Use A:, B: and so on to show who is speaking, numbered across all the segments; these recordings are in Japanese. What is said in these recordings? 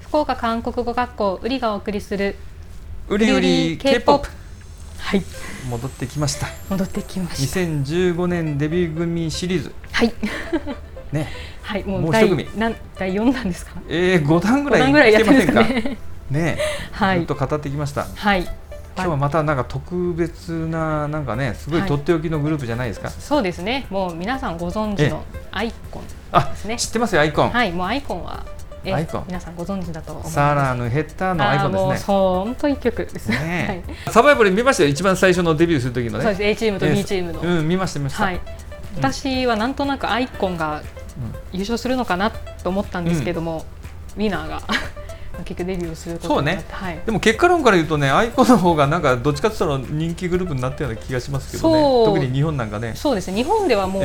A: 福岡韓国語学校ウリがお送りする
B: うりうり K-POP
A: はい
B: 戻ってきました
A: 戻ってきました
B: 2015年デビュー組シリーズ
A: はい
B: ね
A: はいもう
B: もう
A: 第
B: 一組
A: なん第四弾ですか
B: えー、5段
A: 五
B: ぐら
A: 弾ぐら
B: い
A: い
B: 来
A: やってて
B: ま
A: ま
B: せ
A: すか
B: んか
A: ね
B: ね
A: は
B: ずっ
A: い
B: と語ってきました
A: はい
B: 今日はまたなんか特別ななんかねすごい
A: はい
B: とっておきのグループじゃないですか、
A: そうですねもう皆さんご存知のアイコン
B: あ
A: ですね
B: 知ってますよアイコン、
A: はいもうアイコンはえ
B: アイコン
A: 皆さんご存知だと思います
B: サラヌヘッターのアイコン
A: あーもう
B: ですね
A: そう本当一曲です
B: ね
A: はい
B: サバイバル見ましたよ一番最初のデビューする時のね
A: そうです A チームと B チームの
B: えうん見ました見ました、
A: はい、私はなんとなくアイコンが優勝するのかなと思ったんですけども、ウィナーが 結局デビューすることになって
B: そうね
A: はい、
B: でも結果論から言うとねアイコンの方がなんかどっちかっていうと人気グループになったような気がしますけど
A: そう
B: ね特に日本なんかね
A: そうですね日本では もう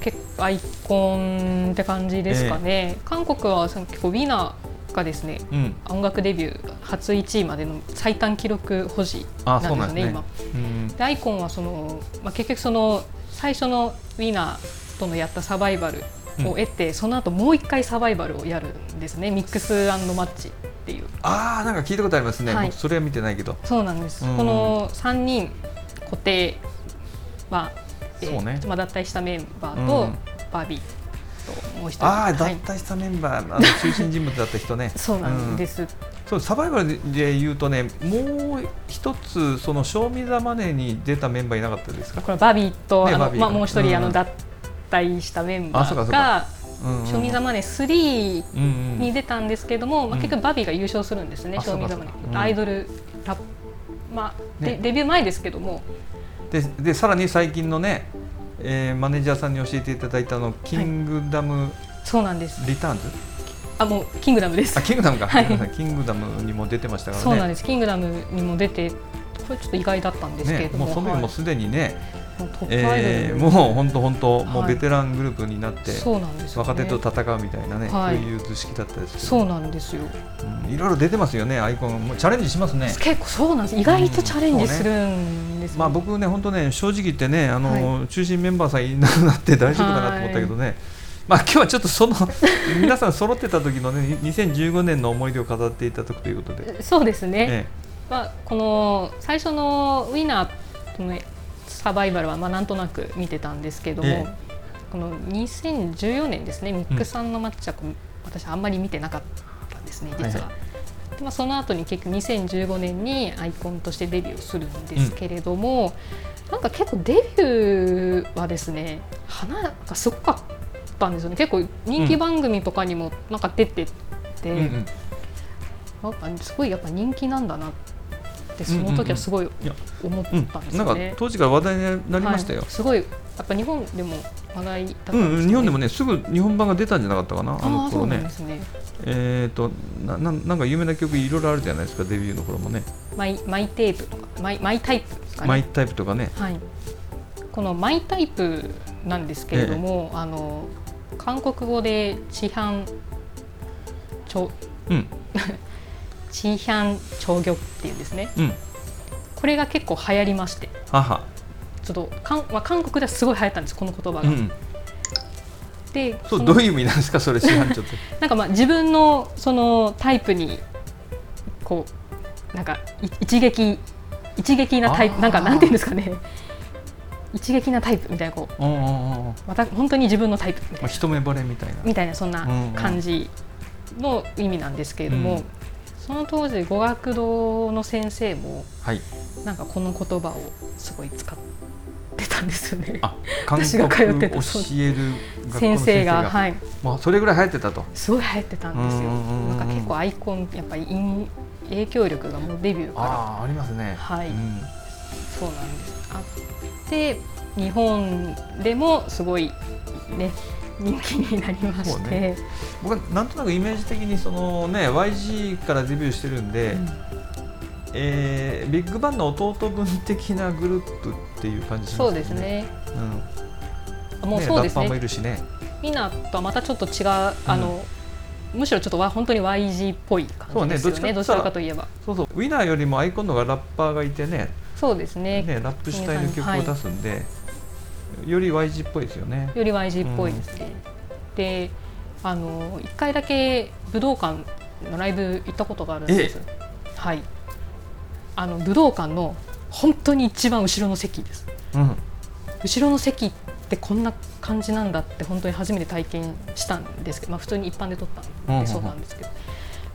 A: 結構アイコンって感じですかね、韓国はその結構ウィナーがですね
B: うん
A: 音楽デビュー初1位までの最短記録保持な
B: あ
A: んです
B: そうなん
A: よ
B: で
A: ね
B: すね
A: 今
B: うん
A: でアイコンはその、まあ、結局その最初のウィナーとのやったサバイバルを得て、その後もう一回サバイバルをやるんですねミックスマッチっていう
B: ああなんか聞いたことありますね、
A: はい
B: 僕それは見てないけど
A: そうなんです、
B: うん
A: この3人固定は、
B: そうね
A: まあ、脱退したメンバーと、
B: うん
A: バービーともう一人
B: あ
A: は
B: あ脱
A: い
B: 退したメンバー、あの中心人物だった人ね
A: そうなんです、
B: うんそうサバイバルで言うとねもう一つその賞味ザマネーに出たメンバーいなかったですか、
A: これバービーと、
B: ね
A: あの
B: バービー
A: まあ、もう一人、
B: うん
A: あの脱退したメンバ
B: あそうか
A: ー
B: そう
A: が
B: か
A: 「
B: うんうん
A: ショーミーザマネー3」
B: うんうん
A: に出たんですけども、まあ、
B: うん
A: 結局バビが優勝するんですね、
B: あ
A: 賞味
B: そう
A: 様
B: か
A: に
B: そうかうん
A: アイドルラップ、まあで
B: ね
A: デビュー前ですけども
B: ででさらに最近のね、えーマネージャーさんに教えていただいたあのキングダム
A: そうなんです
B: リターンズ、
A: あもうキングダムです
B: あキングダムか、
A: はい
B: ごめんなさいキングダムにも出てましたからね
A: そうなんですキングダムにも出てこれちょっと意外だったんですけれ
B: ね
A: ども,
B: もう
A: はい、
B: その時もうすでにね、
A: もうトップアイドル、
B: えーもう本当本当も
A: は
B: う
A: い
B: ベテラングループになって、
A: そうなんですよ、ね、
B: 若手と戦うみたいなね、
A: はい
B: そういう図式だったですけど
A: そうなんですよ
B: うんいろいろ出てますよね、アイコン、もうチャレンジしますね。
A: 結構そうなんです意外とチャレンジするんですよね、
B: まあ、僕ね、本当ね、正直言ってね、あの、
A: は
B: 中心メンバーさんいなくなって大丈夫かなと思ったけどね。まあ、今日はちょっとその皆さん揃ってた時のね2015年の思い出を飾っていただくということで、
A: そうですね、
B: え
A: まあ、この最初のウィナーのサバイバルはまあなんとなく見てたんですけども、
B: え
A: この2014年ですねミックさんのマッチはこう私あんまり見てなかったんですね実は。
B: は
A: でまあ、その後に結局2015年にアイコンとしてデビューするんですけれども、なんか結構デビューはですね花がすごかったんですよね結構人気番組とかにもなんか出てって、
B: えうんうん
A: なんかすごいやっぱ人気なんだなってその時はすごい
B: いや
A: 思っ
B: うん
A: たんです
B: な
A: よ
B: んか
A: ね。
B: 当時から話題になりましたよ、
A: はいすごいやっぱ日本でも話題だった
B: うんうん日本でも
A: ね。
B: ねすぐ日本版が出たんじゃなかったかなあ
A: ああ
B: の
A: ーそ
B: 頃
A: うなんで
B: ね
A: すね。
B: えっ、となななんか有名な曲いろいろあるじゃないですかデビューの頃もね
A: マイマイテープとかマイマイタイプですかね。
B: マイタイプとかね
A: はい。このマイタイプなんですけれども、あの韓国語でチハンチョ
B: うん
A: チハンチョギョっていうんですね。
B: うん
A: これが結構流行りまして、
B: 母
A: ちょっと韓まあ韓国ではすごい流行ったんですこの言葉
B: う
A: が。
B: ん
A: で、
B: そ
A: の
B: うどういう意味なんですかそれ市販ちょ っと
A: なんかまあ自分のそのタイプにこうなんかい一撃一撃なタイ
B: あ
A: プ
B: ー
A: なんかなんていうんですかね一撃なタイプみたいなこう
B: うんうんうんうん、ま
A: また本当に自分のタイプみたい
B: あ、
A: な
B: 一目惚れみたいな
A: みたいなそんな
B: うんうん
A: 感じの意味なんですけれども、
B: うん
A: その当時語学堂の先生も
B: はい
A: なんかこの言葉をすごい使ってたんですよね。
B: あ韓
A: 私が
B: 国を
A: 通
B: 教
A: って
B: え
A: た
B: る
A: そう
B: 学校の先生が
A: 先生がはい
B: まあ、それぐらい流行ってたと
A: すごい流行ってたんですよ。
B: うんうんうんうん
A: なんか結構アイコンやっぱり因影響力がもうデビューから
B: ああありますね
A: はい
B: うん
A: そうなんです。あって日本でもすごいね人気になりまし
B: そう
A: て、
B: ね僕はなんとなくイメージ的にそのね YG からデビューしてるんで、
A: うん
B: えービッグバンの弟分的なグループっていう感じします
A: そ
B: よ
A: うです、ね。
B: うん、
A: あもうそうです
B: ラッパー
A: ね。
B: もいるしね
A: ミナとはまたちょっと違うあの、むしろちょっとわ本当に YG っぽい感じですよね。
B: そうね
A: ど
B: どっ
A: ち
B: ち
A: ら
B: ら
A: か
B: か
A: といえば
B: そうそうウィナーよりもアイコンの方がラッパーがいてね
A: そうですね。
B: ねラップ主体の曲を出すんで、より YG っぽいですよね
A: より YG っぽいですね。で、あの一回だけ武道館のライブ行ったことがあるんです。はい。あの武道館の本当に一番後ろの席です。
B: うん
A: 後ろの席ってこんな感じなんだって本当に初めて体験したんですけど、まあ普通に一般で撮った
B: うんうん
A: ん
B: う
A: で
B: ん
A: そうなんですけど、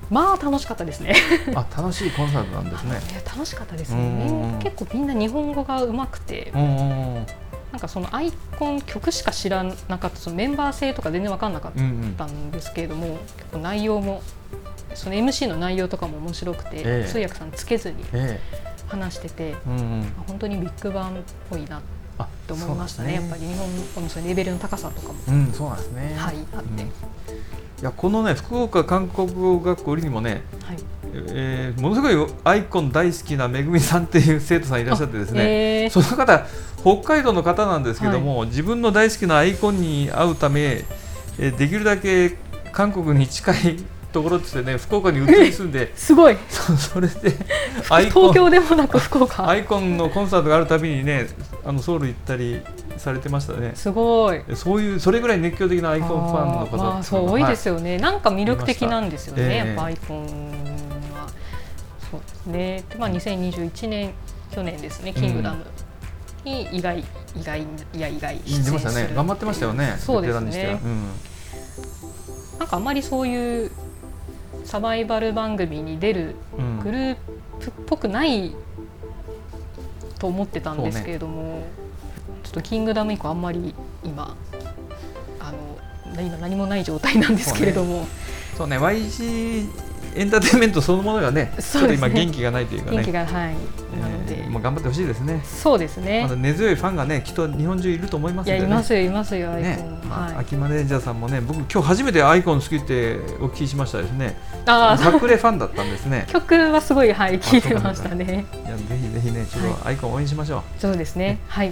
A: まあ楽しかったですね。
B: あ楽しいコンサートなんですね。
A: ね楽しかったです
B: うんうんう
A: ね
B: ん。
A: 結構みんな日本語が上手くて、
B: うんうんうん
A: なんかそのアイコン曲しか知らなかったそのメンバー性とか全然分かんなかっ
B: うんうん
A: たんですけれども、結構内容もその MC の内容とかも面白くて、
B: ええ
A: 通訳さんつけずに
B: え
A: 話してて
B: えうんうん
A: 本当にビッグバンっぽいなっ
B: あ
A: て思いましたねやっぱり日本のそのレベルの高さとかも、
B: り。うんそうなんですね。
A: はいあっ
B: うん
A: て、
B: いやこのね福岡韓国語学校にもね、
A: はい
B: えーものすごいアイコン大好きなめぐみさんっていう生徒さんいらっしゃってですね、
A: えー
B: その方北海道の方なんですけども、自分の大好きなアイコンに会うため、えーできるだけ韓国に近いところっつってね福岡に移り住 んで
A: すごい
B: そうそれでアイ
A: 東
B: コン
A: 京でもなく福岡
B: アイコンのコンサートがあるたびにねあのソウル行ったりされてましたね
A: すごい
B: そういうそれぐらい熱狂的なアイコンファンの
A: あー
B: 方
A: まあ、そう多いですよね、なんか魅力的なんですよ
B: ええ
A: ね、やっぱアイコンは。そうですね、でまあ、2021年、去年ですね、キングダムに意外、意外、いや、意外出
B: 言
A: 演
B: っ
A: す
B: て
A: る
B: ましたね頑張ってましたよね
A: そうで
B: ベテラ
A: す
B: ンにして
A: ね
B: は、うん
A: なんかあまりそういうサバイバル番組に出る
B: うん
A: グループっぽくないと思ってたんですけれども、ちょっと「キングダム」以降あんまり今あの今何もない状態なんですけれども、
B: そうね YG エンターテインメントそのものがねち
A: そ
B: ょっ
A: う
B: と
A: です
B: 今
A: ね
B: 元気がないというかね
A: 元気がはいなので、
B: えーもう頑張ってほしいですね
A: そうですね
B: まだ根強いファンがねきっと日本中いると思います
A: い
B: ん
A: や
B: でね
A: いますよいますよアイコン、
B: ね
A: はい、
B: まあ、秋マネージャーさんもね、僕、今日初めてアイコン好きってお聞きしましたですね、
A: あー
B: 隠れファンだったんですね、
A: 曲はすごいはい聞いてましたね
B: いやぜひぜひね、ちょっとアイコン応援しましょう。
A: そうですねはい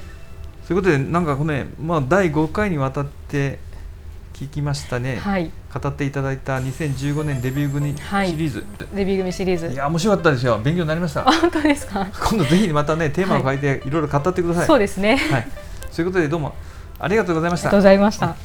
B: ということで、なんかこのね、まあ、第5回にわたって聞きましたね、
A: はい
B: 語っていただいた2015年デビュー組シ
A: はい
B: リーズ、
A: デビュー組シリーズ
B: い、や、面白かったですよ、勉強になりました
A: あ。本当ですか、
B: 今度ぜひまたね、テーマを変えて、いろいろ語ってください。
A: そうですね
B: はい、ということで、どうもありがとうございまし
A: ありが
B: た
A: とう。ございました